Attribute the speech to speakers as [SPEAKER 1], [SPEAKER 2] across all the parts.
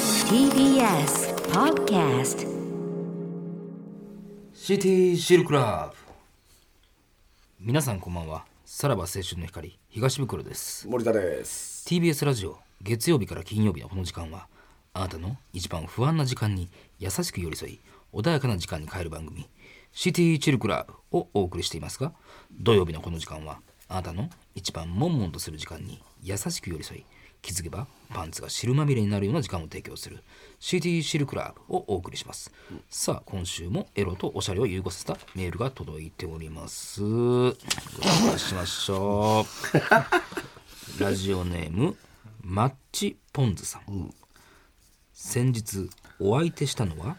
[SPEAKER 1] TBS Podcast
[SPEAKER 2] シティシルクラブ皆さんこんばんはさらば青春の光東袋です
[SPEAKER 3] 森田です。
[SPEAKER 2] TBS ラジオ月曜日から金曜日のこの時間はあなたの一番不安な時間に優しく寄り添い穏やかな時間に変える番組「シティチルクラブ」をお送りしていますが土曜日のこの時間はあなたの一番悶々とする時間に優しく寄り添い気づけばパンツが汁まみれになるような時間を提供する「シティシルクラブ」をお送りします、さあ今週もエロとおしゃれを融合させたメールが届いておりますご紹介しましょうラジオネームマッチポンズさん、先日お相手したのは、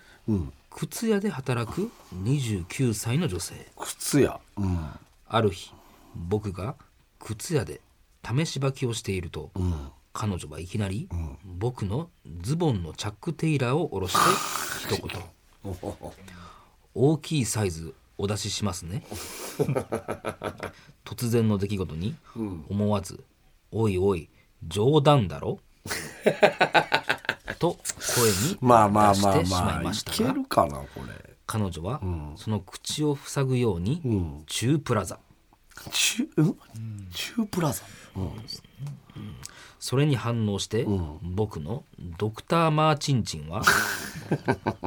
[SPEAKER 2] 靴屋で働く29歳の女性
[SPEAKER 3] 靴屋。うん。
[SPEAKER 2] ある日僕が靴屋で試し履きをしていると、彼女はいきなり、僕のズボンのチャックテイラーを下ろして一 言「大きいサイズお出しします ね」突然の出来事に思わず「おいおい冗談だ ろ? 」と声に
[SPEAKER 3] まあまあ
[SPEAKER 2] 出
[SPEAKER 3] ま
[SPEAKER 2] し
[SPEAKER 3] あ
[SPEAKER 2] てしま
[SPEAKER 3] ま
[SPEAKER 2] い
[SPEAKER 3] あ。
[SPEAKER 2] ま
[SPEAKER 3] い
[SPEAKER 2] した
[SPEAKER 3] け
[SPEAKER 2] が
[SPEAKER 3] るかな、これ。
[SPEAKER 2] 彼女はその口を塞ぐように「中プラザ」
[SPEAKER 3] 中、うん、中プラザ。
[SPEAKER 2] それに反応して、僕のドクターマーチンチン は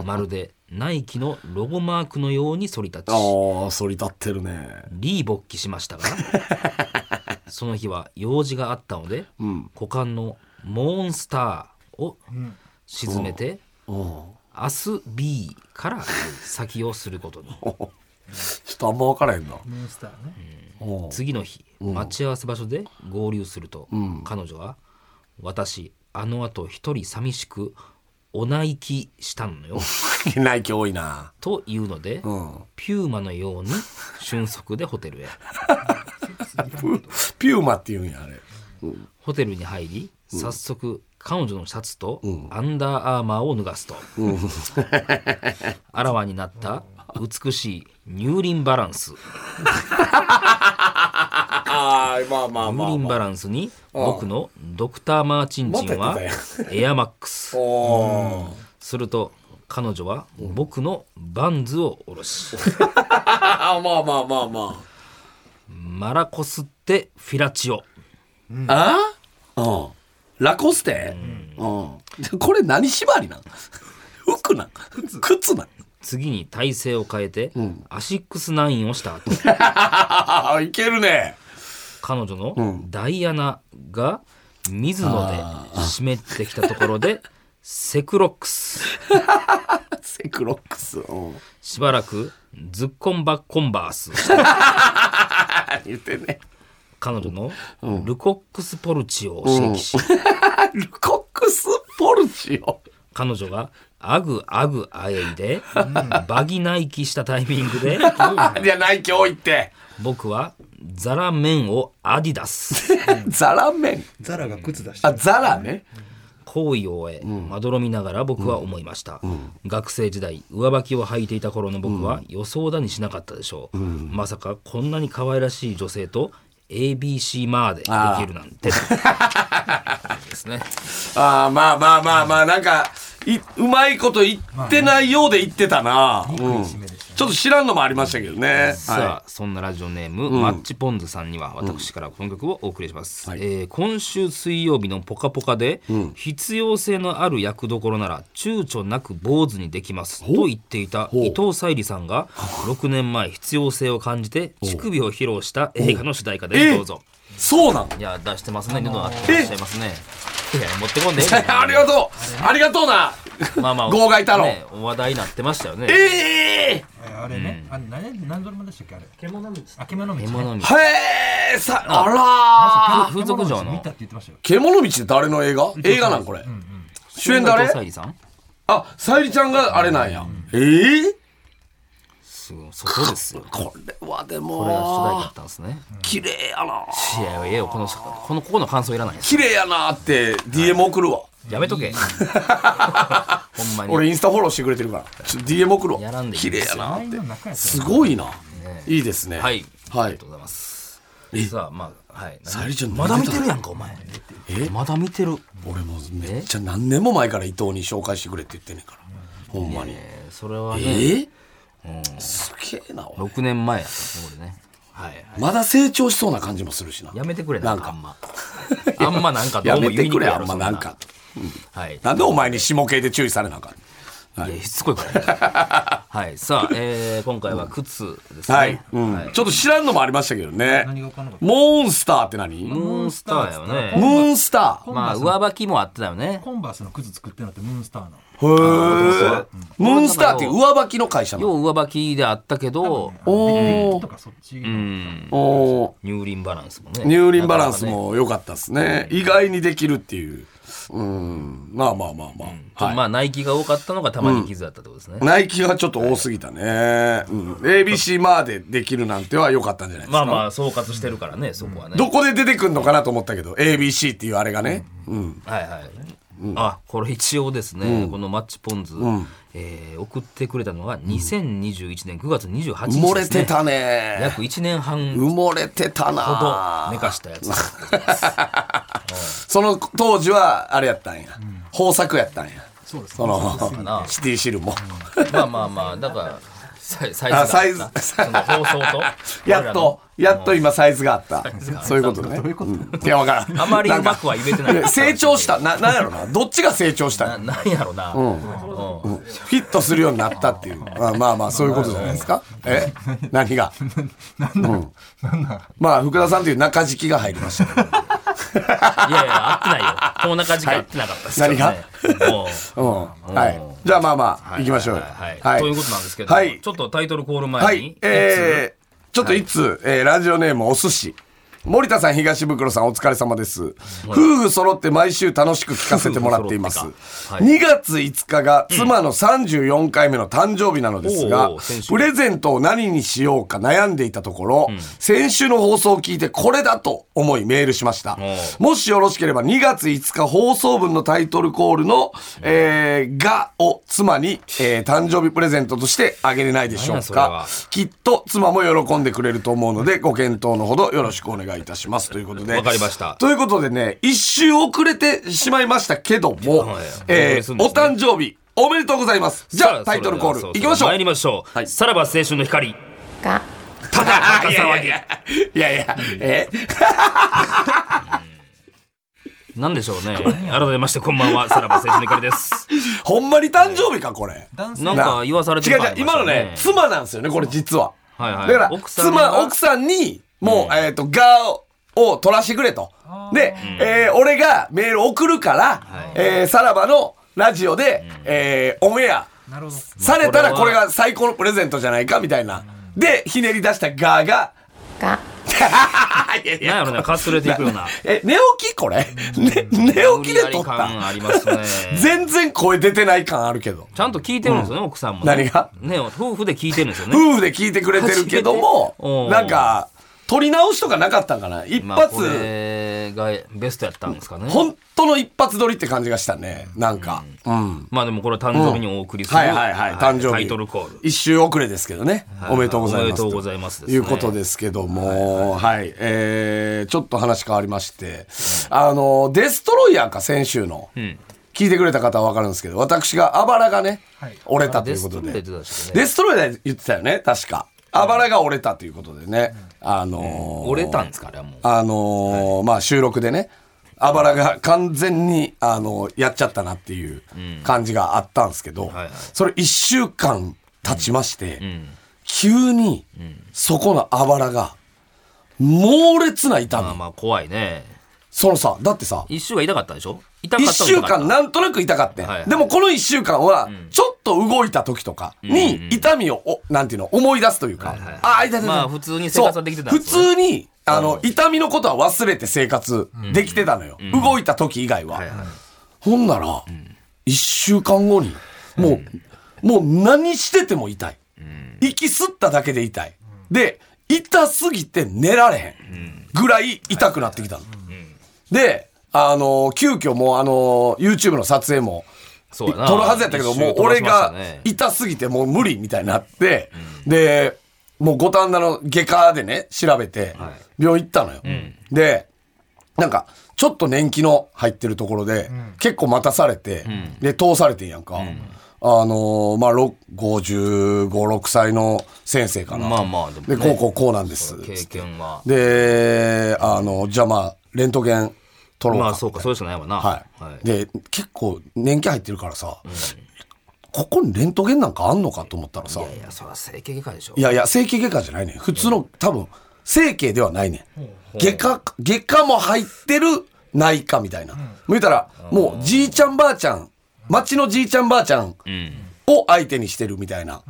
[SPEAKER 2] まるでナイキのロゴマークのように反り立ち
[SPEAKER 3] ああ、そり立ってるね。
[SPEAKER 2] リー勃起しました がその日は用事があったので、股間のモンスターを沈めて、
[SPEAKER 3] うん。
[SPEAKER 2] 明日 B から先をすることに
[SPEAKER 3] ちょっとあんま分からへんな。
[SPEAKER 4] モンスターね。
[SPEAKER 3] うん。
[SPEAKER 2] 次の日待ち合わせ場所で合流すると、彼女は「私あのあと一人寂しくお内気したのよ」
[SPEAKER 3] ナイキ多いな。
[SPEAKER 2] というので、
[SPEAKER 3] うん。
[SPEAKER 2] ピューマのように瞬足でホテル へ
[SPEAKER 3] ピューマって言うんや、あれ。
[SPEAKER 2] ホテルに入り早速彼女のシャツとアンダーアーマーを脱がすと、 あらわになった美しい乳輪バランス
[SPEAKER 3] ああ、まあまあ
[SPEAKER 2] 乳
[SPEAKER 3] まあ、
[SPEAKER 2] 輪
[SPEAKER 3] まあ。
[SPEAKER 2] バランスに僕のドクター・マーチンチンは
[SPEAKER 3] 待って
[SPEAKER 2] エアマックス
[SPEAKER 3] おー
[SPEAKER 2] すると彼女は僕のバンズを下ろし
[SPEAKER 3] あーまあまあまあま
[SPEAKER 2] マラコスってフィラチオ
[SPEAKER 3] あ。ああうん。ラコステうん。これ何縛りなん 服なん靴なん
[SPEAKER 2] 次に体勢を変えてアシックスナインをした後
[SPEAKER 3] ああ、いけるね。
[SPEAKER 2] 彼女のダイアナが水野で湿ってきたところでセクロックス
[SPEAKER 3] セクロックス。うん。
[SPEAKER 2] しばらくズッコンバコンバース
[SPEAKER 3] あ言ってね。
[SPEAKER 2] 彼女のルコックスポルチオを刺激し、
[SPEAKER 3] ルコックスポルチオ。
[SPEAKER 2] 彼女がアグアグあえいでバギナイキしたタイミングで
[SPEAKER 3] じゃない今日行って。
[SPEAKER 2] 僕はザラメンをアディダス
[SPEAKER 3] ザラメン。
[SPEAKER 4] ザラが靴出して
[SPEAKER 3] あ、
[SPEAKER 4] る。
[SPEAKER 3] ザラね。
[SPEAKER 2] 行為を終え、まどろみながら僕は思いました、学生時代上履きを履いていた頃の僕は予想だにしなかったでしょう、まさかこんなに可愛らしい女性と ABC マーでできるなんてですね
[SPEAKER 3] あーまあまあまあまあ、なんか、いうまいこと言ってないようで言ってたな。うんちょっと知らんのもありましたけどね。
[SPEAKER 2] さあそんなラジオネーム、マッチポンズさんには私からこの曲をお送りします、えー今週水曜日の「ぽかぽかで」必要性のある役どころなら躊躇なく坊主にできます」と言っていた伊藤沙莉さんが6年前必要性を感じて乳首を披露した映画の主題歌で
[SPEAKER 3] え
[SPEAKER 2] すどうぞ
[SPEAKER 3] そうなん。
[SPEAKER 2] いや出してますねどうなってらっしゃいますねいや持ってこんでええねん
[SPEAKER 3] ありがとう。ありがとう な。
[SPEAKER 2] まあまあ
[SPEAKER 3] 号外太郎
[SPEAKER 2] ね話題になってましたよね
[SPEAKER 3] ええ
[SPEAKER 4] あれね。あれ何何ドラマでしたっけあれ。獣道。あ獣道ね。
[SPEAKER 2] 獣道
[SPEAKER 3] へえ、さ、あらー。
[SPEAKER 2] 風俗嬢
[SPEAKER 4] 獣道見
[SPEAKER 2] の
[SPEAKER 4] たって言ってましたよ。
[SPEAKER 3] 獣道って誰の映画映画なんこれ。主演誰
[SPEAKER 2] 伊藤沙莉さん
[SPEAKER 3] あ、さゆりちゃんがあれなんや。ええ
[SPEAKER 2] すごいそこですよ
[SPEAKER 3] これは
[SPEAKER 2] これが主題
[SPEAKER 3] で
[SPEAKER 2] 歌
[SPEAKER 3] も
[SPEAKER 2] だったんですね。
[SPEAKER 3] 綺麗やない
[SPEAKER 2] やいやこのこのここの感想いらないです。
[SPEAKER 3] 綺麗やなって DM 送るわ
[SPEAKER 2] やめと け。ほんまに。
[SPEAKER 3] 俺インスタフォローしてくれてるからちょっと DM 送るわ
[SPEAKER 2] やらんでいい
[SPEAKER 3] 綺
[SPEAKER 2] で
[SPEAKER 3] 麗
[SPEAKER 2] すよ
[SPEAKER 3] やなって
[SPEAKER 4] の中や
[SPEAKER 3] すごいな、いいですね
[SPEAKER 2] はい。あ
[SPEAKER 3] は
[SPEAKER 2] り
[SPEAKER 3] い
[SPEAKER 2] がとうございます
[SPEAKER 3] え。
[SPEAKER 2] さあまあはい。
[SPEAKER 3] さゆりちゃん
[SPEAKER 2] まだ見てるやんかお前。
[SPEAKER 3] え
[SPEAKER 2] まだ見てる
[SPEAKER 3] 俺もうめっちゃ何年も前から伊藤に紹介してくれって言ってんねんからほんまに
[SPEAKER 2] えーそれは
[SPEAKER 3] え
[SPEAKER 2] ね
[SPEAKER 3] ーすげえな俺
[SPEAKER 2] 6年前やったねこれねはいはい
[SPEAKER 3] まだ成長しそうな感じもするしな
[SPEAKER 2] やめてくれな
[SPEAKER 3] な
[SPEAKER 2] んん
[SPEAKER 3] か
[SPEAKER 2] かあんまあんまなんかど
[SPEAKER 3] や
[SPEAKER 2] うも
[SPEAKER 3] め
[SPEAKER 2] 言
[SPEAKER 3] て
[SPEAKER 2] い
[SPEAKER 3] く
[SPEAKER 2] にくい
[SPEAKER 3] れ
[SPEAKER 2] や
[SPEAKER 3] あ
[SPEAKER 2] ろ
[SPEAKER 3] んまなんか
[SPEAKER 2] そんなはい
[SPEAKER 3] なんでお前に下系で注意されなあかん
[SPEAKER 2] いやしつこいからねはいさあえー今回は靴ですね
[SPEAKER 3] はい、うんちょっと知らんのもありましたけどね
[SPEAKER 4] 何が分かんなかった
[SPEAKER 3] モンスターって何ム
[SPEAKER 2] モンスターやよね
[SPEAKER 3] ーンスター
[SPEAKER 2] まあ上履きもあってたよね
[SPEAKER 4] コンバースの靴作ってるのってムーンスターの
[SPEAKER 3] へームーンスターっていう上履きの会社なの
[SPEAKER 2] よう上履きであったけど
[SPEAKER 3] おー
[SPEAKER 4] とかそっち
[SPEAKER 2] うん
[SPEAKER 3] おー
[SPEAKER 2] 乳輪バランスもね
[SPEAKER 3] 乳輪バランス
[SPEAKER 2] なか
[SPEAKER 3] も良かったですね意外にできるっていううんまあまあまあ
[SPEAKER 2] なか
[SPEAKER 3] まあ、
[SPEAKER 2] ね
[SPEAKER 3] はい
[SPEAKER 2] まあナイキが多かったのがたまに傷だったってことですね
[SPEAKER 3] ナイキがちょっと多すぎたね、うん、ABC までできるなんては良かったんじゃないです
[SPEAKER 2] ま
[SPEAKER 3] か、
[SPEAKER 2] あまあ総括してるからねそこはね
[SPEAKER 3] どこで出てくんのかなと思ったけど ABC っていうあれがね、うん、
[SPEAKER 2] はいはい。あこれ一応ですね、このマッチポンズ、えー送ってくれたのが2021年9月28
[SPEAKER 3] 埋
[SPEAKER 2] 日
[SPEAKER 3] も
[SPEAKER 2] で
[SPEAKER 3] れ
[SPEAKER 2] す、ね、
[SPEAKER 3] てたね
[SPEAKER 2] 約1年半ほ
[SPEAKER 3] 埋もれてた
[SPEAKER 2] ど
[SPEAKER 3] な
[SPEAKER 2] 寝かしたやつ
[SPEAKER 3] その当時はあれやったんや、豊作やったんや
[SPEAKER 4] そうです
[SPEAKER 3] そ
[SPEAKER 4] ね
[SPEAKER 3] の
[SPEAKER 2] な
[SPEAKER 3] シティシルも、
[SPEAKER 2] まあまあまあだからサイサイズ
[SPEAKER 3] あ
[SPEAKER 2] が
[SPEAKER 3] サイズ
[SPEAKER 2] その放送と
[SPEAKER 3] やっとやっと今サイズがあったそういうことねうんいやわからん
[SPEAKER 2] あまりうまくは言えてない
[SPEAKER 3] いや成長したななんやろなどっちが成長した
[SPEAKER 2] な
[SPEAKER 3] の
[SPEAKER 2] なんやろな、うん
[SPEAKER 3] フィットするようになったっていうあまあまあそういうことじゃないですかえ 何がうんまあ福田さんという中敷きが入りましたけど
[SPEAKER 2] いやいや合ってないよこの中時間合ってなかったです
[SPEAKER 3] 何が
[SPEAKER 2] もう
[SPEAKER 3] うんはいじゃあまあまあ行きましょうよ
[SPEAKER 2] はい、
[SPEAKER 3] はい
[SPEAKER 2] ということなんですけど、
[SPEAKER 3] はい
[SPEAKER 2] ちょっとタイトルコール前に、
[SPEAKER 3] はいえーちょっといつえーラジオネームお寿司森田さん東袋さんお疲れ様です夫婦揃って毎週楽しく聞かせてもらっています
[SPEAKER 2] 夫婦揃ってかはい
[SPEAKER 3] 2月5日が妻の34回目の誕生日なのですが
[SPEAKER 2] おー先週
[SPEAKER 3] プレゼントを何にしようか悩んでいたところ先週の放送を聞いてこれだと思いメールしました
[SPEAKER 2] ー
[SPEAKER 3] もしよろしければ2月5日放送分のタイトルコールの「えーが」を妻に、えー誕生日プレゼントとしてあげれないでしょう
[SPEAKER 2] 何やそれ
[SPEAKER 3] か
[SPEAKER 2] は
[SPEAKER 3] きっと妻も喜んでくれると思うのでご検討のほどよろしくお願いいたしますということで
[SPEAKER 2] わかりました
[SPEAKER 3] ということでね一周遅れてしまいましたけども、
[SPEAKER 2] はい
[SPEAKER 3] えー
[SPEAKER 2] おめでとうご
[SPEAKER 3] お
[SPEAKER 2] ざい
[SPEAKER 3] 誕生日おめでとうございますじゃ
[SPEAKER 2] さ
[SPEAKER 3] あ
[SPEAKER 2] あ
[SPEAKER 3] タイトルコー
[SPEAKER 2] そ
[SPEAKER 3] ル
[SPEAKER 2] れ
[SPEAKER 3] い
[SPEAKER 2] で
[SPEAKER 3] き
[SPEAKER 2] は
[SPEAKER 3] ましょう
[SPEAKER 2] 参りましょう、
[SPEAKER 3] はい
[SPEAKER 2] さらば青春の光
[SPEAKER 1] が
[SPEAKER 2] ただバカ騒ぎ
[SPEAKER 3] いやいやえ
[SPEAKER 2] なんでしょうね改めましてこんばんはさらば青春の光 です
[SPEAKER 3] ほんまに誕生日かこれ
[SPEAKER 4] 男性
[SPEAKER 2] なんか言わされて
[SPEAKER 3] 違う
[SPEAKER 2] る
[SPEAKER 3] 違う
[SPEAKER 2] 感、
[SPEAKER 3] 今の
[SPEAKER 2] あり
[SPEAKER 3] ね
[SPEAKER 2] ま、した
[SPEAKER 3] 妻なんですよね、これ実は。
[SPEAKER 2] はいはい
[SPEAKER 3] だから、
[SPEAKER 2] 奥さんが
[SPEAKER 3] 妻、奥さんに、もう、えっ、と、がを、を取らしてくれと。で、えー俺がメール送るから、えーさらばのラジオで、えーオンエア
[SPEAKER 4] なるほど
[SPEAKER 3] された
[SPEAKER 2] ま
[SPEAKER 3] ら、
[SPEAKER 2] あ
[SPEAKER 3] こ
[SPEAKER 2] こ
[SPEAKER 3] れ
[SPEAKER 2] れは
[SPEAKER 3] が最高のプレゼントじゃないか、みたいな。で、ひねり出したがが、
[SPEAKER 1] が
[SPEAKER 3] いやい
[SPEAKER 2] なんやろねかすれていくような
[SPEAKER 3] え、寝起きこれ、ね、寝起きで撮っ
[SPEAKER 2] 無理やり感
[SPEAKER 3] た。
[SPEAKER 2] ありますね
[SPEAKER 3] 全然声出てない感あるけど。
[SPEAKER 2] ちゃんと聞いてるんですよね、奥さんも、ね、
[SPEAKER 3] 何が
[SPEAKER 2] ね夫婦で聞いてるんですよね
[SPEAKER 3] 夫婦で聞いてくれてるけども
[SPEAKER 2] 初めてうん
[SPEAKER 3] なんか撮り直しとかなかったんかな一
[SPEAKER 2] まあこ
[SPEAKER 3] 発
[SPEAKER 2] れがベストやったんですかね
[SPEAKER 3] 本当の一発撮りって感じがしたねなんかうん
[SPEAKER 2] まあでもこれは誕生日にお送りする、
[SPEAKER 3] はいはいはい誕生日
[SPEAKER 2] タイトルコール
[SPEAKER 3] 一周遅れですけどねおめでとうございます
[SPEAKER 2] おめでとうございますですね
[SPEAKER 3] いうことですけどもはいえーちょっと話変わりましてあのデストロイヤーか先週の聞いてくれた方は分かるんですけど私があばらがね
[SPEAKER 4] はい
[SPEAKER 3] 折れたとい
[SPEAKER 2] デ
[SPEAKER 3] うこ
[SPEAKER 2] スト
[SPEAKER 3] と
[SPEAKER 2] って言っ
[SPEAKER 3] で
[SPEAKER 2] てたんですよね
[SPEAKER 3] デストロイヤー言ってたよね確かあばらが折れたということでねあのー
[SPEAKER 2] 折れたんですかあれはもう
[SPEAKER 3] あのーまあ収録でね、あばらが完全に、あのーやっちゃったなっていう感じがあったんですけど、
[SPEAKER 2] はいはい
[SPEAKER 3] それ1週間経ちまして、急に、そこのあばらが、猛烈な痛み、
[SPEAKER 2] まあまあ怖いね
[SPEAKER 3] そのさ、だってさ、
[SPEAKER 2] 一週が痛かったでしょ痛かっ
[SPEAKER 3] 1
[SPEAKER 2] た
[SPEAKER 3] 週
[SPEAKER 2] 痛か
[SPEAKER 3] 間
[SPEAKER 2] っ
[SPEAKER 3] なんとなく痛かってん、
[SPEAKER 2] はいはい
[SPEAKER 3] でもこの1週間は、ちょっと動いた時とかに、痛みを、おなんていうの、思い出すというか、
[SPEAKER 2] はいはい
[SPEAKER 3] ああ、痛い痛い痛い
[SPEAKER 2] まあ普通に生活はできてたん
[SPEAKER 3] そう
[SPEAKER 2] ですよね
[SPEAKER 3] 普通に、あの、痛みのことは忘れて生活できてたのよ。動いた時以外は。
[SPEAKER 2] たはいはい
[SPEAKER 3] ほんなら、1週間後に、もう、もう何してても痛い。息吸っただけで痛い。で、痛すぎて寝られへんぐらい痛くなってきたの。で、あのー、急遽もうあのー、YouTube の撮影も、
[SPEAKER 2] そうやな
[SPEAKER 3] 撮るはずやったけど、
[SPEAKER 2] 一周
[SPEAKER 3] もう俺
[SPEAKER 2] 撮らし
[SPEAKER 3] が
[SPEAKER 2] ましたね
[SPEAKER 3] 痛すぎてもう無理みたいになって、で、もう五反田の外科でね、調べて、病院行ったのよ。で、なんか、ちょっと年季の入ってるところで、結構待たされて、で、通されてんやんか。あのーまあ、ろ55、6歳の先生かな。
[SPEAKER 2] まあまあで
[SPEAKER 3] で
[SPEAKER 2] もね
[SPEAKER 3] こうこうこうなんです。
[SPEAKER 2] 経験は
[SPEAKER 3] で、あの、じゃあまあ、レントゲン取ろうか。
[SPEAKER 2] まあそうかそれしかないわな
[SPEAKER 3] はい。で、結構年季入ってるからさ、ここにレントゲンなんかあんのかと思ったらさ、
[SPEAKER 2] い、いやいやそれは整形外科でしょ
[SPEAKER 3] いやいや、整形外科じゃないねん普通の、多分、整形ではないねん外科、外科も入ってる内科みたいな。見たら、もう、じいちゃんばあちゃん、町のじいちゃんばあちゃんを相手にしてるみたいな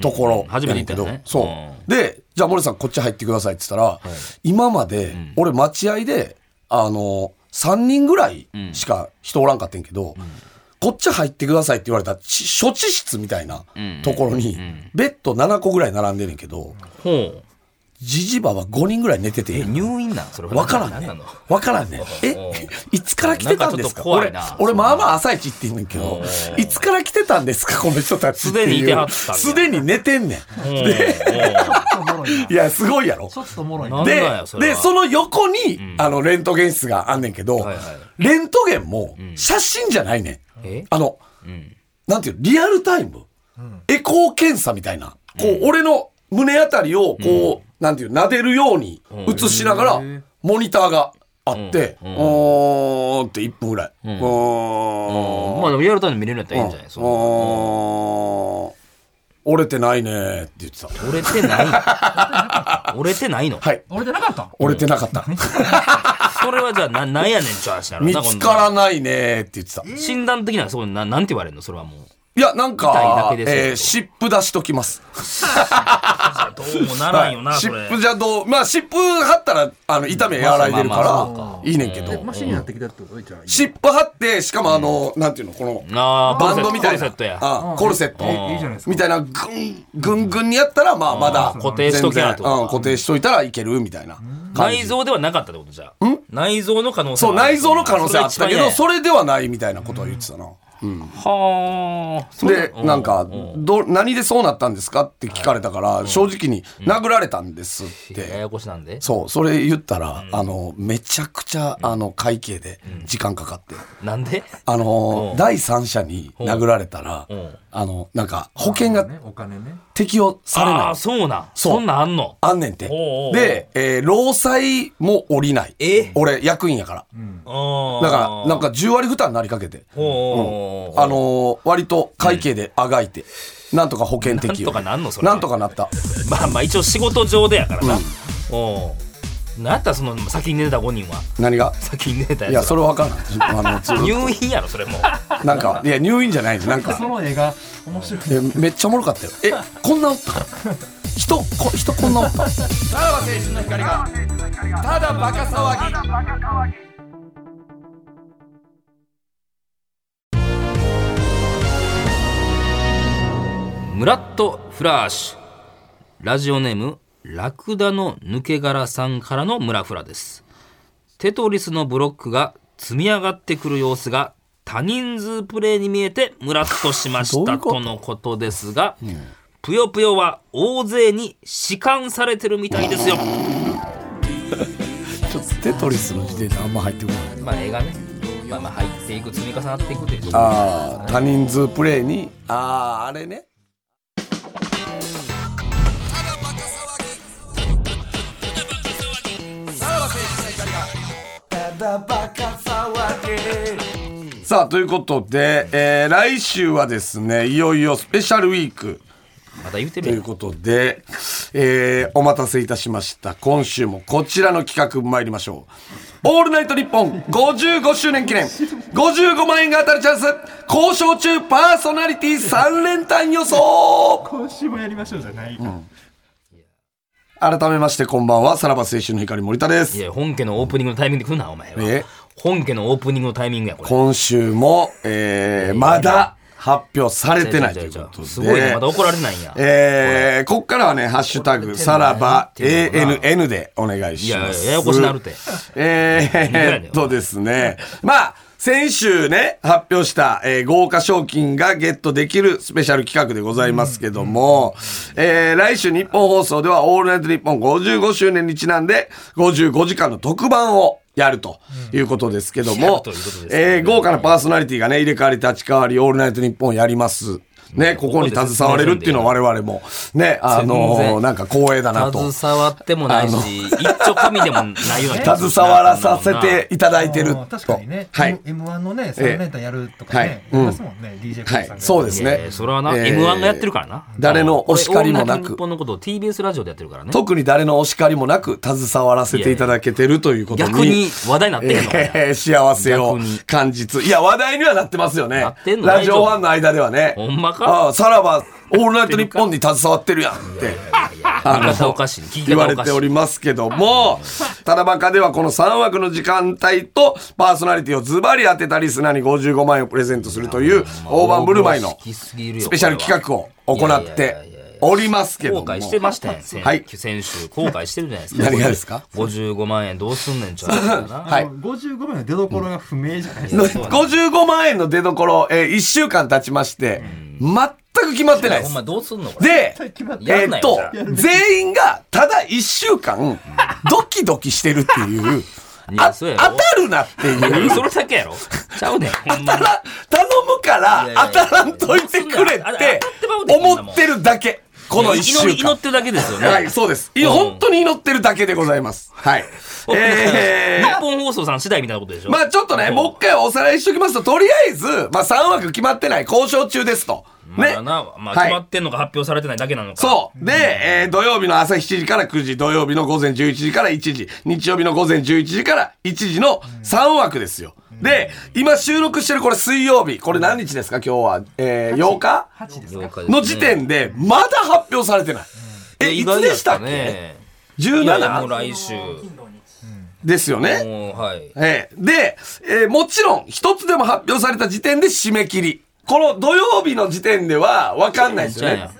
[SPEAKER 3] ところ
[SPEAKER 2] うん初めて行ったよね
[SPEAKER 3] そうう。で、じゃあ森さんこっち入ってくださいって言ったら、今まで、俺待合で、あの、3人ぐらいしか人おらんかってんけど、こっち入ってくださいって言われたち処置室みたいなところに、ベッド7個ぐらい並んでんねんけど、
[SPEAKER 2] ほう
[SPEAKER 3] じじばば5人ぐらい寝てて、
[SPEAKER 2] 入院なんそれ
[SPEAKER 3] わからん
[SPEAKER 2] 何
[SPEAKER 3] ね
[SPEAKER 2] なの。
[SPEAKER 3] わからんね。え
[SPEAKER 2] おう、
[SPEAKER 3] いつから来てたんです
[SPEAKER 2] なんかちょっと
[SPEAKER 3] か
[SPEAKER 2] 怖い
[SPEAKER 3] 俺
[SPEAKER 2] な、
[SPEAKER 3] 俺まあまあ朝一行ってんねんけど、いつから来てたんですかこの人たちっていう。
[SPEAKER 2] すでにいてはったんや
[SPEAKER 3] すでに寝てんねん。
[SPEAKER 4] ちょっとおもろいな。
[SPEAKER 3] いや、すごいやろ
[SPEAKER 4] ち。ょっとおもろい
[SPEAKER 2] な
[SPEAKER 4] な。
[SPEAKER 2] んだ
[SPEAKER 3] で
[SPEAKER 2] よそ、れは
[SPEAKER 3] で、その横に、あの、レントゲン室があんねんけど、
[SPEAKER 2] はいは
[SPEAKER 3] レントゲンも、写真じゃないねん。
[SPEAKER 2] え
[SPEAKER 3] あの、なんていうのリアルタイム、エコー検査みたいな。こう、俺の胸あたりを、こう、なんていうの撫でるように映しながら、モニターがあって、うーんって1分ぐらい。うーん。
[SPEAKER 2] うんまあでもリアルタイムで見れるんやったらいいんじゃないそう
[SPEAKER 3] うーん折れてないねーって言ってた。
[SPEAKER 2] 折れてないの折れて ないの
[SPEAKER 3] はい。
[SPEAKER 4] 俺じゃなかったん
[SPEAKER 3] 折れてなかった。
[SPEAKER 2] それはじゃあななんやねんちゅう話なの
[SPEAKER 3] 見
[SPEAKER 2] な
[SPEAKER 3] つからないねーって言ってた。
[SPEAKER 2] 診断的にはそこにななんて言われるのそれはもう
[SPEAKER 3] いや、なん
[SPEAKER 2] 痛いだ
[SPEAKER 3] か、
[SPEAKER 2] けですよ
[SPEAKER 3] えー、湿布出しときます。
[SPEAKER 2] どうもならんよな
[SPEAKER 3] 湿
[SPEAKER 2] それ
[SPEAKER 3] 布じゃどう、まあ湿布貼ったら、あの、痛み和らいでる
[SPEAKER 2] まあまあまあまあ
[SPEAKER 3] か、
[SPEAKER 2] そうから
[SPEAKER 3] いいねんけ
[SPEAKER 4] で
[SPEAKER 3] ど
[SPEAKER 4] マ、シになってきたってことじゃあ。
[SPEAKER 3] 湿布貼って、しかもあの、なんていうの、この、
[SPEAKER 2] あ
[SPEAKER 3] バンドみたい
[SPEAKER 2] コルセッ
[SPEAKER 3] な
[SPEAKER 2] トや、
[SPEAKER 3] あコルセット
[SPEAKER 4] いいいいじゃないですか。
[SPEAKER 3] みたいな、ぐん、ぐんぐんにやったら、まあまだ、
[SPEAKER 2] 固定しとけやと
[SPEAKER 3] 全然うん、固定しといたらいけるみたいな感
[SPEAKER 2] 内
[SPEAKER 3] じ。
[SPEAKER 2] 臓ではなかったってことじゃあ内臓の可能性
[SPEAKER 3] そう、
[SPEAKER 2] はある
[SPEAKER 3] 内臓の可能性あった
[SPEAKER 2] それが
[SPEAKER 3] けど、
[SPEAKER 2] 一番
[SPEAKER 3] それではないみたいなことを言ってたな。
[SPEAKER 2] はあ
[SPEAKER 3] で、なんか、ど、何でそうなったんですかって聞かれたから、正直に殴られたんですって。
[SPEAKER 2] ややこしなんで
[SPEAKER 3] そう、それ言ったら、あの、めちゃくちゃ、あの、会計で時間かかって、
[SPEAKER 2] なんで
[SPEAKER 3] あの、第三者に殴られたら
[SPEAKER 2] ん、
[SPEAKER 3] あの、なんか、保険が
[SPEAKER 4] ね、お金ね。
[SPEAKER 3] 適用され
[SPEAKER 2] あ
[SPEAKER 3] な
[SPEAKER 2] あ
[SPEAKER 3] い。
[SPEAKER 2] そうなん
[SPEAKER 3] そう
[SPEAKER 2] そんなんあんの
[SPEAKER 3] あんねんて
[SPEAKER 2] おうおうお。う
[SPEAKER 3] で、えー労災も降りない。
[SPEAKER 2] え
[SPEAKER 3] 俺、役員やから。
[SPEAKER 2] だ
[SPEAKER 3] だから、なんか10割負担になりかけて、
[SPEAKER 2] おー
[SPEAKER 3] あのー割と会計であがいて、なんとか保険適
[SPEAKER 2] なんと
[SPEAKER 3] 用。
[SPEAKER 2] かなんのそれ
[SPEAKER 3] なんとかなった。
[SPEAKER 2] まあまあ一応仕事上でやからなおーなんやったらその先に寝てた5人は
[SPEAKER 3] 何が
[SPEAKER 2] 先に寝てた
[SPEAKER 3] い や、
[SPEAKER 2] やつ
[SPEAKER 3] そ
[SPEAKER 2] は
[SPEAKER 3] れわからん。あの、ず
[SPEAKER 2] 入院やろそれもう
[SPEAKER 3] なんか、いや、入院じゃないなんか。
[SPEAKER 4] その映画、面白い。
[SPEAKER 3] えめっちゃおもろかったよえこんなおった人こ人こんなおったさらば青春の光がただバカ騒ぎ
[SPEAKER 2] ムラッとフラッシュラジオネームラクダの抜け殻さんからのムラフラですテトリスのブロックが積み上がってくる様子が多人数プレイに見えてムラッとしまし
[SPEAKER 3] どうい
[SPEAKER 2] た
[SPEAKER 3] うこ
[SPEAKER 2] と
[SPEAKER 3] と
[SPEAKER 2] のことですが、ぷよぷよは大勢に弛緩されてるみたいですよ
[SPEAKER 3] ちょっとテトリスの時点であんま入ってこない
[SPEAKER 2] まあ映画ねまあまあ入っていく積み重なっていくというところ
[SPEAKER 3] ああ他人数プレイにあああれねさあということで、えー来週はですねいよいよスペシャルウィーク
[SPEAKER 2] また言うて
[SPEAKER 3] と
[SPEAKER 2] み
[SPEAKER 3] いうことで、えーお待たせいたしました。今週もこちらの企画参りましょう。オールナイト日本55周年記念、55万円が当たるチャンス、交渉中パーソナリティ3連単予想
[SPEAKER 4] 今週もやりましょうじゃないか。
[SPEAKER 3] 改めましてこんばんは、さらば青春の光森田で
[SPEAKER 2] い
[SPEAKER 3] す。
[SPEAKER 2] や本家のオープニングのタイミングで来るなお前は
[SPEAKER 3] え
[SPEAKER 2] 本家のオープニングのタイミングやこれ
[SPEAKER 3] 今週も、えーまだ発表されてないということで。
[SPEAKER 2] すごいねまだ怒られないんや
[SPEAKER 3] えー、こっからはね、ハッシュタグ、さらば
[SPEAKER 2] これ出てんのか
[SPEAKER 3] ANN でお願いしま
[SPEAKER 2] い
[SPEAKER 3] す。
[SPEAKER 2] やややこしなるて
[SPEAKER 3] えー、っとですね、まあ、先週ね、発表した、えー豪華賞金がゲットできるスペシャル企画でございますけども、えー来週日本放送では、オールナイト日本55周年にちなんで、55時間の特番をやるということですけど
[SPEAKER 2] やる
[SPEAKER 3] も
[SPEAKER 2] ということです、ね
[SPEAKER 3] えー豪華なパーソナリティがね、入れ替わり立ち替わり、オールナイトニッポンやります。ね、ここに携われるっていうのは我々も、ね、あ
[SPEAKER 2] 全
[SPEAKER 3] のー、
[SPEAKER 2] 然
[SPEAKER 3] なんか光栄だなと。
[SPEAKER 2] 携わってもないし、一丁神で もないような気がする
[SPEAKER 3] 携わらさせていただいてる
[SPEAKER 4] あー
[SPEAKER 3] と。
[SPEAKER 4] 確かにね、
[SPEAKER 3] はい
[SPEAKER 4] M- M1 のね3連単やるとかね、
[SPEAKER 3] はい
[SPEAKER 4] 言いますもんね、DJ コ
[SPEAKER 3] は
[SPEAKER 4] ー
[SPEAKER 3] い
[SPEAKER 4] さんが
[SPEAKER 3] そうです
[SPEAKER 2] いやい
[SPEAKER 3] ね。
[SPEAKER 2] やそれはな、
[SPEAKER 3] えー
[SPEAKER 2] M1 がやってるからな。
[SPEAKER 3] 誰のお叱りもな
[SPEAKER 2] 俺
[SPEAKER 3] く
[SPEAKER 2] 日、本のことを TBS ラジオでやってるからね。
[SPEAKER 3] 特に誰のお叱りもなく、携わらせていただけてるということ
[SPEAKER 2] 逆に話題になってんのかな
[SPEAKER 3] えー幸せを
[SPEAKER 2] 逆に
[SPEAKER 3] 感じつ。いや、話題にはなってますよね
[SPEAKER 2] なってん。の
[SPEAKER 3] ラジオファンの間ではね。
[SPEAKER 2] ほんまか
[SPEAKER 3] ああ、さらば、オールナイトニッポンに携わってるやん って。あの
[SPEAKER 2] 言い方おかしいね聞き
[SPEAKER 3] 言わ
[SPEAKER 2] 方お
[SPEAKER 3] れ
[SPEAKER 2] か
[SPEAKER 3] て
[SPEAKER 2] し
[SPEAKER 3] お
[SPEAKER 2] い。
[SPEAKER 3] りますけども、ただバカではこの3枠の時間帯とパーソナリティをズバリ当てたリスナーに55万円をプレゼントするという大盤振る舞いの
[SPEAKER 2] スペ
[SPEAKER 3] スペシャル企画を行っておりますけども。
[SPEAKER 2] 後悔してましたやん、先
[SPEAKER 3] はい
[SPEAKER 2] 先週。後悔してるじゃないですか。
[SPEAKER 3] 何がですか
[SPEAKER 2] ?55 万円どうすんねんちゃうかな。
[SPEAKER 3] はい。
[SPEAKER 4] 55名の出所が不明じゃないですか、
[SPEAKER 3] 55万円の出どころ、えー、1週間経ちまして、全く決まってないで
[SPEAKER 2] ほん
[SPEAKER 3] す
[SPEAKER 2] ま。どうすんのこれ
[SPEAKER 3] で、え
[SPEAKER 4] 対決まって
[SPEAKER 2] ない
[SPEAKER 3] ーっと
[SPEAKER 2] やら、
[SPEAKER 3] 全員がただ1週間、ドキドキしてるっていう、
[SPEAKER 2] いや
[SPEAKER 3] あ
[SPEAKER 2] そ
[SPEAKER 3] 当
[SPEAKER 2] うやろ
[SPEAKER 3] たるなっていう。
[SPEAKER 2] いやそれだけやろちゃうねん。ほんま
[SPEAKER 3] た
[SPEAKER 2] に
[SPEAKER 3] だ頼むから当たらんといてくれ
[SPEAKER 2] いやい
[SPEAKER 3] っ
[SPEAKER 2] やいや
[SPEAKER 3] て思ってるだけ。 この一週
[SPEAKER 2] 祈り祈
[SPEAKER 3] 間
[SPEAKER 2] っ。てるだけですよね。
[SPEAKER 3] はい、そうです。いや
[SPEAKER 2] うん
[SPEAKER 3] 本当に祈ってるだけでございます。はい。え
[SPEAKER 2] 日
[SPEAKER 3] ー
[SPEAKER 2] 本放送さん次第みたいなことでしょ
[SPEAKER 3] まあちょっとね、
[SPEAKER 2] うん
[SPEAKER 3] もう一回おさらいしときますと、とりあえず、まあ3枠決まってない、交渉中ですと。
[SPEAKER 2] ま
[SPEAKER 3] ね
[SPEAKER 2] だ。な、まあ、
[SPEAKER 3] はい
[SPEAKER 2] 決まってんのか発表されてないだけなのか。
[SPEAKER 3] そう。で、えー土曜日の朝7時から9時、土曜日の午前11時から1時、日曜日の午前11時から1時の3枠ですよ。で、今収録してるこれ水曜日、これ何日ですか今日は。えー、8日
[SPEAKER 4] 8です
[SPEAKER 2] 了
[SPEAKER 4] か
[SPEAKER 2] 解ですね
[SPEAKER 3] の時点で、まだ発表されてない。え、
[SPEAKER 2] い
[SPEAKER 3] い
[SPEAKER 2] や
[SPEAKER 3] つでしたっ
[SPEAKER 2] 意外や
[SPEAKER 3] け
[SPEAKER 2] いやいやもう
[SPEAKER 3] ?17?
[SPEAKER 2] 来週。
[SPEAKER 3] ですよね。
[SPEAKER 2] もう、はい。
[SPEAKER 3] えーで、えーもちろん、一つでも発表された時点で締め切り。この土曜日の時点では分かんないですよね。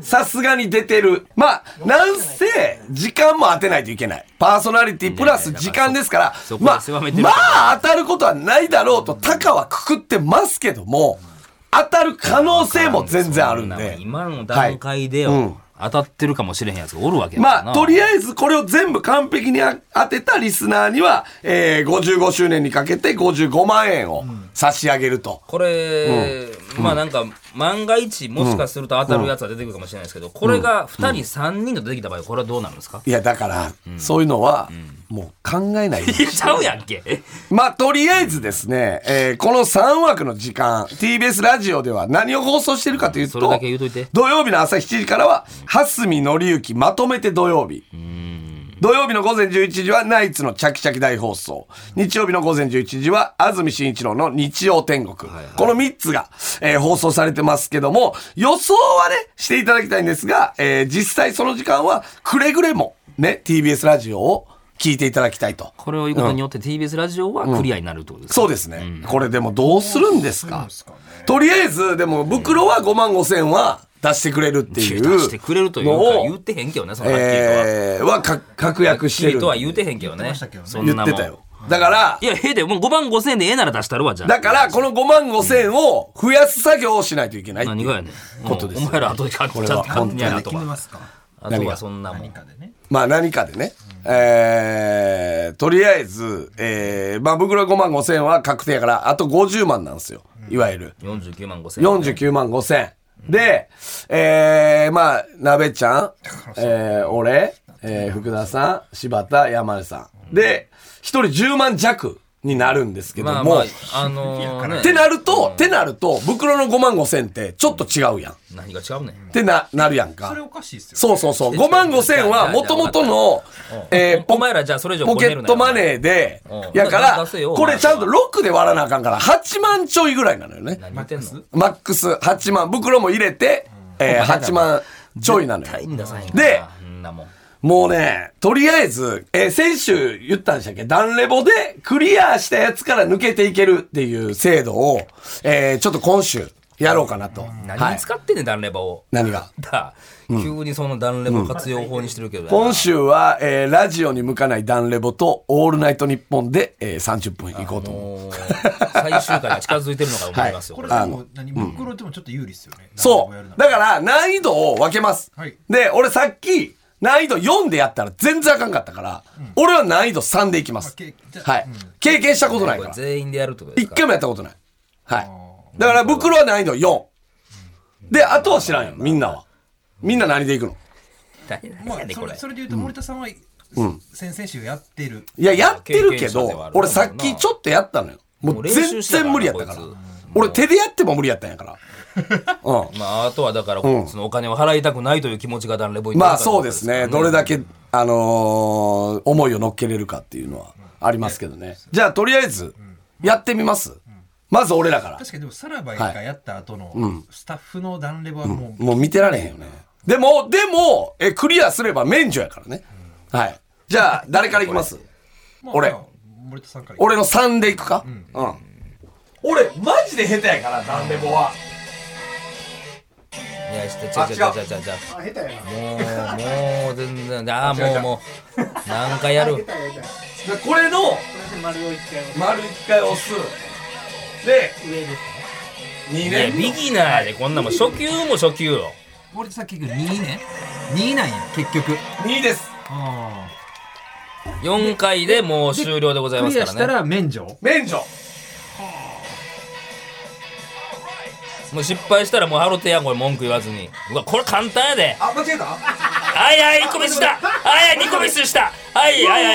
[SPEAKER 3] さすがに出てる。まあ、なんせ、時間も当てないといけない。パーソナリティプラス時間ですから
[SPEAKER 2] そ、こ
[SPEAKER 3] ま
[SPEAKER 2] は
[SPEAKER 3] あ
[SPEAKER 2] 狭めて、る
[SPEAKER 3] ま
[SPEAKER 2] から
[SPEAKER 3] あ当たることはないだろうと、タカはくくってますけども、当たる可能性も全然あるん
[SPEAKER 2] そなも
[SPEAKER 3] で。
[SPEAKER 2] 今の段階でよ、
[SPEAKER 3] はいうん
[SPEAKER 2] 当たってるかもしれへんやつがおるわけやからな。
[SPEAKER 3] まあ、とり
[SPEAKER 2] え
[SPEAKER 3] あえずこれを全部完璧にあ当てたリスナーには、えー、55周年にかけて55万円を差し上げると。
[SPEAKER 2] これ、まあなんか、万が一、もしかすると当たるやつは出てくるかもしれないですけど、これが2人、3人と出てきた場合、これはどうなるんですか
[SPEAKER 3] いや、だから、そういうのは、もう考えないで
[SPEAKER 2] いや、 ちゃうやんけ。
[SPEAKER 3] まあ、とりあえずですね、えーこの3枠の時間、TBS ラジオでは何を放送してるかというと、
[SPEAKER 2] それだけ言うといて
[SPEAKER 3] 土曜日の朝7時からは、蓮見紀之まとめて土曜日。土曜日の午前11時はナイツのチャキチャキ大放送。日曜日の午前11時は安住紳一郎の日曜天国。この3つが、えー放送されてますけども、予想はね、していただきたいんですが、えー実際その時間はくれぐれもね、TBS ラジオを聞いていただきたいと。
[SPEAKER 2] これを言うことによって TBS ラジオはクリアになるってことですか、
[SPEAKER 3] そうですね、これでもどうするんですかとりあえずでも袋は5万5千は出してくれるってい
[SPEAKER 2] 出
[SPEAKER 3] う
[SPEAKER 2] してくれるという
[SPEAKER 3] の
[SPEAKER 2] か
[SPEAKER 3] を
[SPEAKER 2] 言ってへんけどねそのはっきりとは、
[SPEAKER 3] えーはか確約し
[SPEAKER 2] き
[SPEAKER 3] て
[SPEAKER 2] り
[SPEAKER 3] る
[SPEAKER 2] とは言うてへんけどねそんなも
[SPEAKER 3] 言
[SPEAKER 2] ん
[SPEAKER 3] ってたよだから
[SPEAKER 2] いやええでもう5万5千円でええなら出したるわじゃあ
[SPEAKER 3] だからこの5万5千を増やす作業をしないといけない
[SPEAKER 2] 何がやねん
[SPEAKER 3] ことです
[SPEAKER 2] もうお前ら後で買っちゃっ
[SPEAKER 3] これは本当に
[SPEAKER 2] てやなと
[SPEAKER 4] 決めま
[SPEAKER 2] か
[SPEAKER 4] すか
[SPEAKER 2] あと
[SPEAKER 3] 何
[SPEAKER 2] は
[SPEAKER 3] が
[SPEAKER 2] そんなもん
[SPEAKER 4] 何かでね
[SPEAKER 3] まあ何かでね、えー、とりあえず、えー、まあ袋5万5千は確定やからあと50万なんですよいわゆる、
[SPEAKER 2] 49万5千円
[SPEAKER 3] 49万5千。で、えー、まあ、鍋ちゃん、えー、俺、えー、福田さん、柴田、山根さん。で、一人10万弱になるんですけども、
[SPEAKER 2] まあまああのー、ね
[SPEAKER 3] ってなると、ってなると、袋の5万5千ってちょっと違うやん。っ
[SPEAKER 2] 何が違うねん
[SPEAKER 3] てな、なるやん
[SPEAKER 4] そ
[SPEAKER 3] か
[SPEAKER 4] れ。おかしいっすよ
[SPEAKER 3] そうそうそう。5万5千はもともとの、えー、
[SPEAKER 2] お
[SPEAKER 3] ポ
[SPEAKER 2] お前らじゃあそれ以上
[SPEAKER 3] ポケットマネーで、やから、これちゃんと6で割らなあかんから、8万ちょいぐらいなのよね。
[SPEAKER 2] 何言ってんの
[SPEAKER 3] マックス8万、袋も入れて、えー8万ちょいなのよ。
[SPEAKER 2] 絶対に出さへんから
[SPEAKER 3] で
[SPEAKER 2] な、そんなもん
[SPEAKER 3] もうね、とりあえず、えー先週言ったんでしたっけダンレボでクリアしたやつから抜けていけるっていう制度を、えーちょっと今週やろうかなと。
[SPEAKER 2] 何
[SPEAKER 3] は
[SPEAKER 2] に
[SPEAKER 3] い。
[SPEAKER 2] 使ってんねん、ダンレバーを
[SPEAKER 3] 何が
[SPEAKER 2] だ急にそのダンレバー活用法にしてるけど、
[SPEAKER 3] 今週は、えーラジオに向かないダンレボと、オールナイトニッポンで、えー30分行こうと思う。
[SPEAKER 2] もう最終回に近づいてるのか思いますよ、
[SPEAKER 4] こ
[SPEAKER 2] こ
[SPEAKER 4] れ
[SPEAKER 2] れ
[SPEAKER 4] でも何袋でもちょっと有利っすよね
[SPEAKER 3] そう。だ
[SPEAKER 4] ら
[SPEAKER 3] から難易度を分けます。
[SPEAKER 4] はい
[SPEAKER 3] で、俺さっき、難易度4でやったら全然あかんかったから、俺は難易度3でいきます
[SPEAKER 4] けじゃ。
[SPEAKER 3] はい。経験したことないから。
[SPEAKER 2] 全員でやるってことで
[SPEAKER 3] 一
[SPEAKER 2] すか
[SPEAKER 3] 回もやったことない。はい。だから袋は難易度4。で、あとは知らんよ、みんなは。みんな何でいくの
[SPEAKER 2] 大変
[SPEAKER 4] まあ
[SPEAKER 2] やね
[SPEAKER 4] そ
[SPEAKER 2] こ
[SPEAKER 4] れ
[SPEAKER 2] れ
[SPEAKER 4] それで言うと森田さんは、先々週やってる
[SPEAKER 3] いや、やってるけ
[SPEAKER 2] 経験者ではあ
[SPEAKER 3] ど
[SPEAKER 2] る、
[SPEAKER 3] 俺さっきちょっとやったのよ。も
[SPEAKER 2] もう
[SPEAKER 3] う
[SPEAKER 2] 練習
[SPEAKER 3] 全
[SPEAKER 2] してたから
[SPEAKER 3] 然無理やったから
[SPEAKER 2] こいつ。
[SPEAKER 3] 俺手でやっても無理やったんや から。うん。
[SPEAKER 2] まああとはだから、
[SPEAKER 3] ん
[SPEAKER 2] そのお金を払いたくないという気持ちがダンレボに
[SPEAKER 3] まあそうですね。どれだ
[SPEAKER 2] け
[SPEAKER 3] け、あのー思いを乗っけれるかっていうのはありますけどね。じゃあとりあえず、やってみます。まず俺らから。
[SPEAKER 4] 確かにでもさらばがやった後のスタッフのダンレバはもう、
[SPEAKER 3] もう見てられへんよね。でも、でも、え、クリアすれば免除やからね。はい。じゃあ、誰からいきます
[SPEAKER 4] まあ
[SPEAKER 3] 俺
[SPEAKER 4] まあ森田さんから
[SPEAKER 3] 俺の3でいくかうん。俺、マジで下手やから、なんでもは。
[SPEAKER 2] いやしてちゃちゃちゃちゃちゃ
[SPEAKER 5] あ下手やな
[SPEAKER 2] もうもう全然ああもうもう何回やる
[SPEAKER 5] 下手や下手や
[SPEAKER 3] これの、
[SPEAKER 5] これで丸を一回押す
[SPEAKER 3] 丸1回押す。で、
[SPEAKER 5] 上ですね
[SPEAKER 3] 2
[SPEAKER 2] いや
[SPEAKER 3] 年。
[SPEAKER 2] ビギナーやでこんなもん初級も初級よ
[SPEAKER 4] 森田さん結局2位ね2位なんや結局
[SPEAKER 3] 2です。
[SPEAKER 4] あ
[SPEAKER 2] 4回でもう終了でござい
[SPEAKER 4] ク
[SPEAKER 2] ます
[SPEAKER 4] リア
[SPEAKER 2] か
[SPEAKER 4] した
[SPEAKER 2] らね
[SPEAKER 4] ら免除
[SPEAKER 3] 免除。
[SPEAKER 2] もう失敗したらもうハロテやんこれ文句言わずにうわこれ簡単やで
[SPEAKER 3] あ、間違えた
[SPEAKER 2] はいはい1個ミスしたはいはい2個ミスしたはいはいはいはい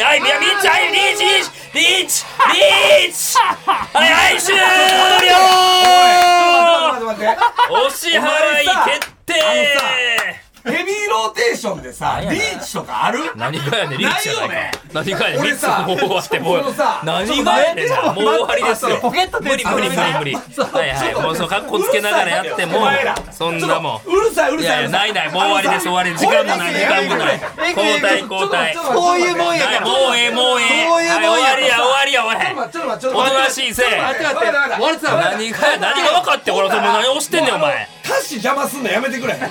[SPEAKER 2] はいいやリーチはいリーチリーチリーチリーチはいはい終了
[SPEAKER 3] 待って待って
[SPEAKER 2] お支払い決定
[SPEAKER 3] 待って。ヘビーローテーションでさ、
[SPEAKER 2] 何やねん
[SPEAKER 3] チとかある
[SPEAKER 2] 何がやねんリーチじゃないか何がやねん
[SPEAKER 3] 俺さ
[SPEAKER 2] もう終わってもう
[SPEAKER 3] そのさ
[SPEAKER 2] 何がやねんもう終わりですよ
[SPEAKER 4] ポケット
[SPEAKER 2] 無理無理無理無理はいはいもうその格好つけながらやっても
[SPEAKER 3] お前ら
[SPEAKER 2] うそんなもん
[SPEAKER 3] うるさい、うる
[SPEAKER 2] い
[SPEAKER 3] さ
[SPEAKER 2] や
[SPEAKER 3] い
[SPEAKER 2] いうや
[SPEAKER 3] るさ。
[SPEAKER 2] ないいないもう終わりです終わりです時間もない時間もない交代交代
[SPEAKER 3] そういうもんや
[SPEAKER 2] はいもうええもうええ
[SPEAKER 3] そういうもんや
[SPEAKER 2] はい終わりや終わりやおい
[SPEAKER 3] ちょっと待って、ちょっと
[SPEAKER 2] おと
[SPEAKER 3] 待って。
[SPEAKER 2] なしいせい何
[SPEAKER 3] 待って待って
[SPEAKER 4] 森田さんは
[SPEAKER 2] が何が分かってこれその何押してんねんお前
[SPEAKER 3] 歌詞邪魔すんのやめてくれ。
[SPEAKER 2] いや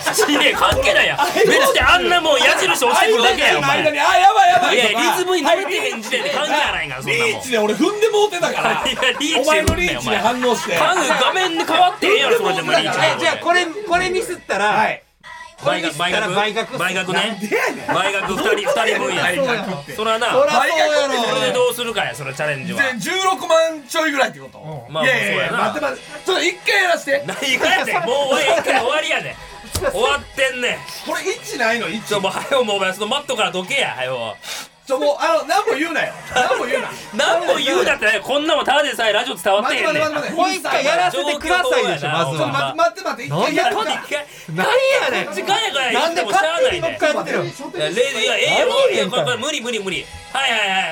[SPEAKER 2] 関係 ないや別にあんなもん矢印押してくるだけやお前
[SPEAKER 3] 間に、あ、やばいやばい。
[SPEAKER 2] いやいやリズムに乗れて
[SPEAKER 3] はい
[SPEAKER 2] へん時点で関係ないからそんな
[SPEAKER 3] リ
[SPEAKER 2] も
[SPEAKER 3] ー
[SPEAKER 2] ん
[SPEAKER 3] チで俺踏んでもうてたから
[SPEAKER 2] いやリーチ。
[SPEAKER 3] お前のリーチで反応して。
[SPEAKER 2] 関画面に変わってへんやろそれでもリーチ
[SPEAKER 3] え
[SPEAKER 2] じゃあこれ
[SPEAKER 3] はい。
[SPEAKER 2] 倍額倍額倍額倍額ね倍額2人二人分やそれはなそ
[SPEAKER 3] 大学って
[SPEAKER 2] れでどうするかやそのチャレンジは
[SPEAKER 3] 16万ちょいぐらいってこと
[SPEAKER 2] まあまあ
[SPEAKER 3] いや
[SPEAKER 2] そう
[SPEAKER 3] いやい
[SPEAKER 2] や
[SPEAKER 3] や、
[SPEAKER 2] な
[SPEAKER 3] 待って待って。ちょっと一回やらして。
[SPEAKER 2] 何がやねんもうええから終わりやで終わってんねん
[SPEAKER 3] これ1ないの ?1。
[SPEAKER 2] ちょもう早うもうお前そのマットからどけや早う
[SPEAKER 3] ちょ、もう、あの、何も言うなよ。何も言うな。
[SPEAKER 2] 何も言うだってないこんなもんただでさえラジオ伝わって
[SPEAKER 3] 待
[SPEAKER 2] へ
[SPEAKER 3] って
[SPEAKER 2] ん
[SPEAKER 3] 待
[SPEAKER 2] ねん
[SPEAKER 3] って待って。もう一回やら
[SPEAKER 2] せてくださいでしょまずは
[SPEAKER 3] 待って待って、一回やる
[SPEAKER 2] こ
[SPEAKER 3] か
[SPEAKER 2] れ
[SPEAKER 3] ら。
[SPEAKER 2] 一回何やねん時間やから言ってもしゃあないで
[SPEAKER 3] 勝手に
[SPEAKER 2] いやレディいやええよいやこれこれ無理無理無理はいはいはいはい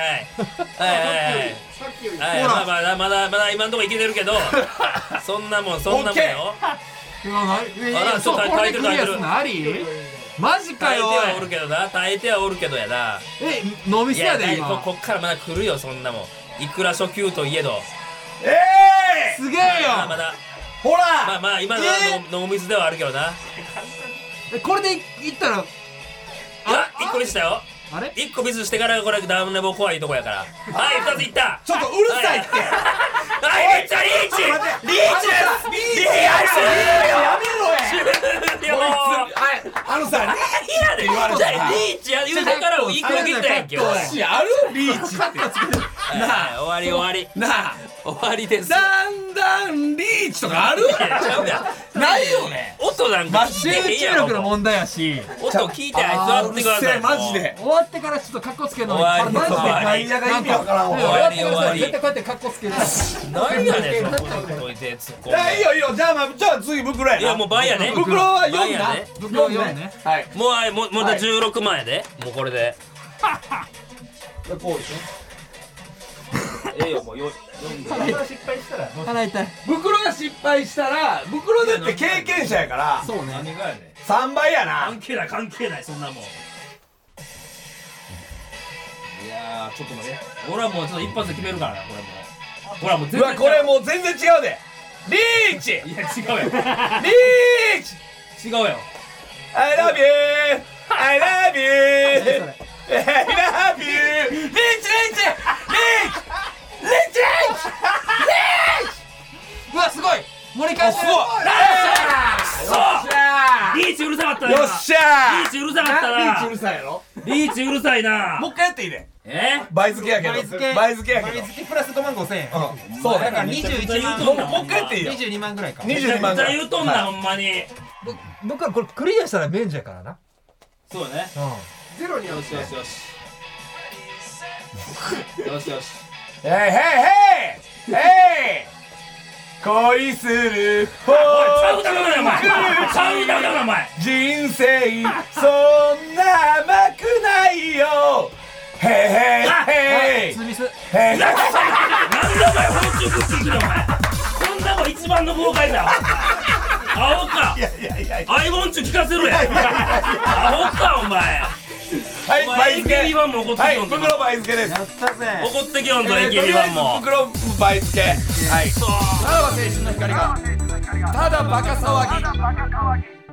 [SPEAKER 2] はいはいはい
[SPEAKER 5] さっきより
[SPEAKER 2] はい、まあまだまだまだ今のところいけてるけどそんなもんそんなもんよあそう
[SPEAKER 4] これでクリアすんのありマジか
[SPEAKER 2] 耐えて
[SPEAKER 4] よ
[SPEAKER 2] はおるけどな耐えてはおるけどやな
[SPEAKER 4] え脳み
[SPEAKER 2] い
[SPEAKER 4] そ
[SPEAKER 2] や
[SPEAKER 4] や
[SPEAKER 2] だ
[SPEAKER 4] で
[SPEAKER 2] いこ
[SPEAKER 4] 今
[SPEAKER 2] こっからまだ来るよそんなもんいくら初級といえど
[SPEAKER 3] ええ
[SPEAKER 4] すげえ
[SPEAKER 2] まあま
[SPEAKER 4] よ
[SPEAKER 2] だ
[SPEAKER 3] ほら
[SPEAKER 2] まあまあ今の
[SPEAKER 3] え
[SPEAKER 2] はの脳みそではあるけどな
[SPEAKER 4] えこれでいいったら
[SPEAKER 2] あ1個ミスしたよ
[SPEAKER 4] あれ
[SPEAKER 2] 1個ミスしてからこれダウンレボ怖いとこやからはい2ついった
[SPEAKER 3] ちょっとうるさいって
[SPEAKER 2] はいめっちゃリーチリー
[SPEAKER 3] 待って
[SPEAKER 2] チです
[SPEAKER 3] リ
[SPEAKER 2] リーチ
[SPEAKER 3] ーチやめろや
[SPEAKER 2] 終了
[SPEAKER 3] あのさ
[SPEAKER 2] いやねんじゃあリーチや言うてからも1個切ったやんけおい
[SPEAKER 3] リーチあるリーチ
[SPEAKER 2] はい終わり終わ
[SPEAKER 3] なあ
[SPEAKER 2] り終わりです
[SPEAKER 3] だんだんリーチとかある
[SPEAKER 2] いやちゃうやん
[SPEAKER 3] ないよね
[SPEAKER 2] 音なんか聞
[SPEAKER 4] 集
[SPEAKER 2] いてへんや
[SPEAKER 4] 中
[SPEAKER 2] ろ
[SPEAKER 4] 力の問題やし
[SPEAKER 2] 音聞いてあいつ座ってください
[SPEAKER 3] マジで
[SPEAKER 4] 終わってからちょっとカッコつけるのに
[SPEAKER 2] 終わり
[SPEAKER 4] マジで
[SPEAKER 3] 外野が意味わからん
[SPEAKER 4] 終
[SPEAKER 2] わ
[SPEAKER 3] わ
[SPEAKER 4] わってか
[SPEAKER 2] 終わ
[SPEAKER 4] ら
[SPEAKER 2] り
[SPEAKER 4] 絶対こうやってカッコつける
[SPEAKER 2] 何やねんそこに置いて突っ込ん
[SPEAKER 3] い
[SPEAKER 2] で
[SPEAKER 3] いよいいよじゃあまあじゃあ次袋や
[SPEAKER 2] いやもう倍やね
[SPEAKER 3] 袋は
[SPEAKER 2] 倍
[SPEAKER 3] 4
[SPEAKER 2] や
[SPEAKER 3] な
[SPEAKER 2] ね
[SPEAKER 4] 僕の4ね
[SPEAKER 3] はい
[SPEAKER 2] もうあいもうまた16万やでもうこれで
[SPEAKER 3] こうでしょ
[SPEAKER 2] ええよもうよ
[SPEAKER 4] 腹痛い
[SPEAKER 3] 袋が失敗したら袋だって経験者やから
[SPEAKER 4] そうね
[SPEAKER 3] 3倍やな
[SPEAKER 2] 関係ない関係ないそんなもんいやーちょっと待って俺はもうちょっと一発で決めるからなこれもうほらもう全
[SPEAKER 3] うわ
[SPEAKER 2] 然
[SPEAKER 3] これもう全然違うでリーチ
[SPEAKER 2] いや違うや
[SPEAKER 3] リー
[SPEAKER 2] ん
[SPEAKER 3] チ
[SPEAKER 2] 違うやん
[SPEAKER 3] I love you I love you I love you リーチリーチリーチリーチリーチ
[SPEAKER 4] うわすごい盛り返してる
[SPEAKER 3] お
[SPEAKER 2] そうリーチうるさかったな
[SPEAKER 3] よっしゃ
[SPEAKER 2] リーチうるさかった
[SPEAKER 5] リーチ
[SPEAKER 2] な
[SPEAKER 5] うるさいやろ
[SPEAKER 2] リーチうるさいな
[SPEAKER 5] もう一回やっていいで
[SPEAKER 2] え
[SPEAKER 3] 倍付けやけど
[SPEAKER 5] 倍付け
[SPEAKER 3] 倍付けやけ
[SPEAKER 5] 倍
[SPEAKER 3] ど
[SPEAKER 5] 付けプラス5万5千円
[SPEAKER 3] うんそう
[SPEAKER 5] だ
[SPEAKER 3] だ
[SPEAKER 5] から
[SPEAKER 3] ね
[SPEAKER 5] 21万
[SPEAKER 2] もう
[SPEAKER 3] もう一回やっていいよ
[SPEAKER 5] 22万ぐらいか
[SPEAKER 3] 22
[SPEAKER 2] めっ
[SPEAKER 3] 万
[SPEAKER 2] ち
[SPEAKER 3] ぐ
[SPEAKER 2] ゃ
[SPEAKER 3] らい
[SPEAKER 2] 言うとんな、ほんまに
[SPEAKER 4] 僕はこれクリアしたら便利やからな
[SPEAKER 2] そうね
[SPEAKER 4] う
[SPEAKER 5] ゼロに合わせ
[SPEAKER 2] よしよしよしよし
[SPEAKER 3] ヘイヘイヘイヘイ恋する方
[SPEAKER 2] おいちゃう歌だなお前ちゃう歌だなお前
[SPEAKER 3] 人生そんな甘くないよヘイ ヘイヘイ
[SPEAKER 4] んミス
[SPEAKER 3] ヘイ
[SPEAKER 2] なんだお前フォーチュンクッキングだお前こんなもん一番の豪快だわ青か
[SPEAKER 3] いやいやいや
[SPEAKER 2] アイボンチュ聞かせろや青かお前
[SPEAKER 3] はい
[SPEAKER 2] お前
[SPEAKER 3] 倍付け
[SPEAKER 2] AKB1 も怒って
[SPEAKER 3] はい
[SPEAKER 2] きよんぞ
[SPEAKER 3] 袋倍付けです
[SPEAKER 5] たぜ
[SPEAKER 2] 怒ってきよんぞ
[SPEAKER 3] えーとりあえ
[SPEAKER 2] AKB1
[SPEAKER 3] ず
[SPEAKER 2] も
[SPEAKER 3] 袋倍付けはいさらば青春の光がただバカ騒ぎ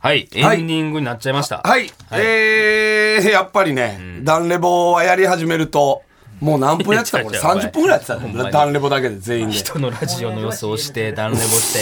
[SPEAKER 2] はいエ
[SPEAKER 3] はい
[SPEAKER 2] ンディングになっちゃいました
[SPEAKER 3] はい、えー、やっぱりね、ダンレボはやり始めると、もう何分やってたこれ
[SPEAKER 2] 違う違うお前
[SPEAKER 3] 30分ぐらいやってたよ
[SPEAKER 2] ほんまに
[SPEAKER 3] ダンレボだけで全員で。
[SPEAKER 2] 人のラジオの予想してダンレボし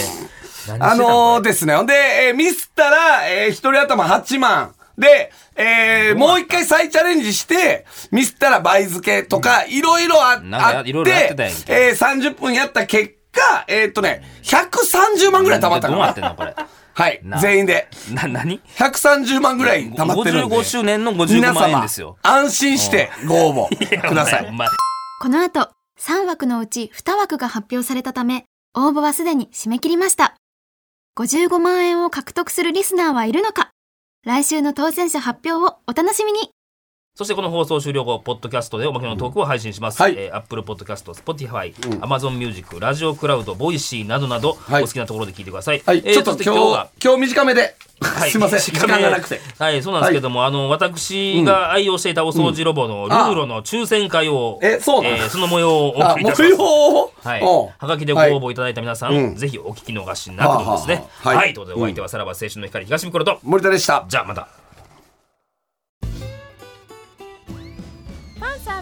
[SPEAKER 2] て
[SPEAKER 3] あのー、
[SPEAKER 2] ー
[SPEAKER 3] ですね、ほんで、えーミスったら、えー、一人頭8万。で、えー、もう一回再チャレンジして、ミスったら倍付けとか、いろいろあ
[SPEAKER 2] なんか
[SPEAKER 3] あって、
[SPEAKER 2] いろいろやってたやんけ
[SPEAKER 3] えー、30分やった結果、えーっとね、130万ぐらい溜まった
[SPEAKER 2] ど
[SPEAKER 3] か
[SPEAKER 2] うなってん
[SPEAKER 3] な。
[SPEAKER 2] のこれ
[SPEAKER 3] はい
[SPEAKER 2] な、
[SPEAKER 3] 全員で。
[SPEAKER 2] な何
[SPEAKER 3] 130万ぐらい溜まってるんで。
[SPEAKER 2] 55周年の55万円ですよ
[SPEAKER 3] 皆様安心してご応募くださ
[SPEAKER 2] お
[SPEAKER 3] い。
[SPEAKER 2] 前
[SPEAKER 6] この後、3枠のうち2枠が発表されたため、応募はすでに締め切りました。55万円を獲得するリスナーはいるのか来週の当選者発表をお楽しみに
[SPEAKER 2] そしてこの放送終了後、ポッドキャストでおまけのトークを配信します。
[SPEAKER 3] はい
[SPEAKER 2] えー、Apple Podcast、Spotify、Amazon Music、ラジオクラウド、ボイシーなどなど、
[SPEAKER 3] はい
[SPEAKER 2] お好きなところで聞いてください。
[SPEAKER 3] はい、
[SPEAKER 2] えー
[SPEAKER 3] ちょっと
[SPEAKER 2] そして
[SPEAKER 3] 今
[SPEAKER 2] は
[SPEAKER 3] 日、今日短めで。
[SPEAKER 2] はい
[SPEAKER 3] すいま せん、時間がなくて。。
[SPEAKER 2] はい、そうなんですけども、あの、私が愛用していたお掃除ロボのルーロの抽選会を、
[SPEAKER 3] えそうなの
[SPEAKER 2] ーその模様をお
[SPEAKER 3] あ
[SPEAKER 2] 送、りいたし
[SPEAKER 3] 模
[SPEAKER 2] ます
[SPEAKER 3] 様。を。
[SPEAKER 2] はい、
[SPEAKER 3] おう
[SPEAKER 2] はがきでご応募いただいた皆さん、
[SPEAKER 3] うん
[SPEAKER 2] ぜひお聞き逃しなくとですね。
[SPEAKER 3] はあは
[SPEAKER 2] は
[SPEAKER 3] あはあ
[SPEAKER 2] い、
[SPEAKER 3] はい
[SPEAKER 2] ということでお相手はさらば青春の光東袋と、
[SPEAKER 3] 森田でした。
[SPEAKER 2] じゃあまた。
[SPEAKER 7] パンサー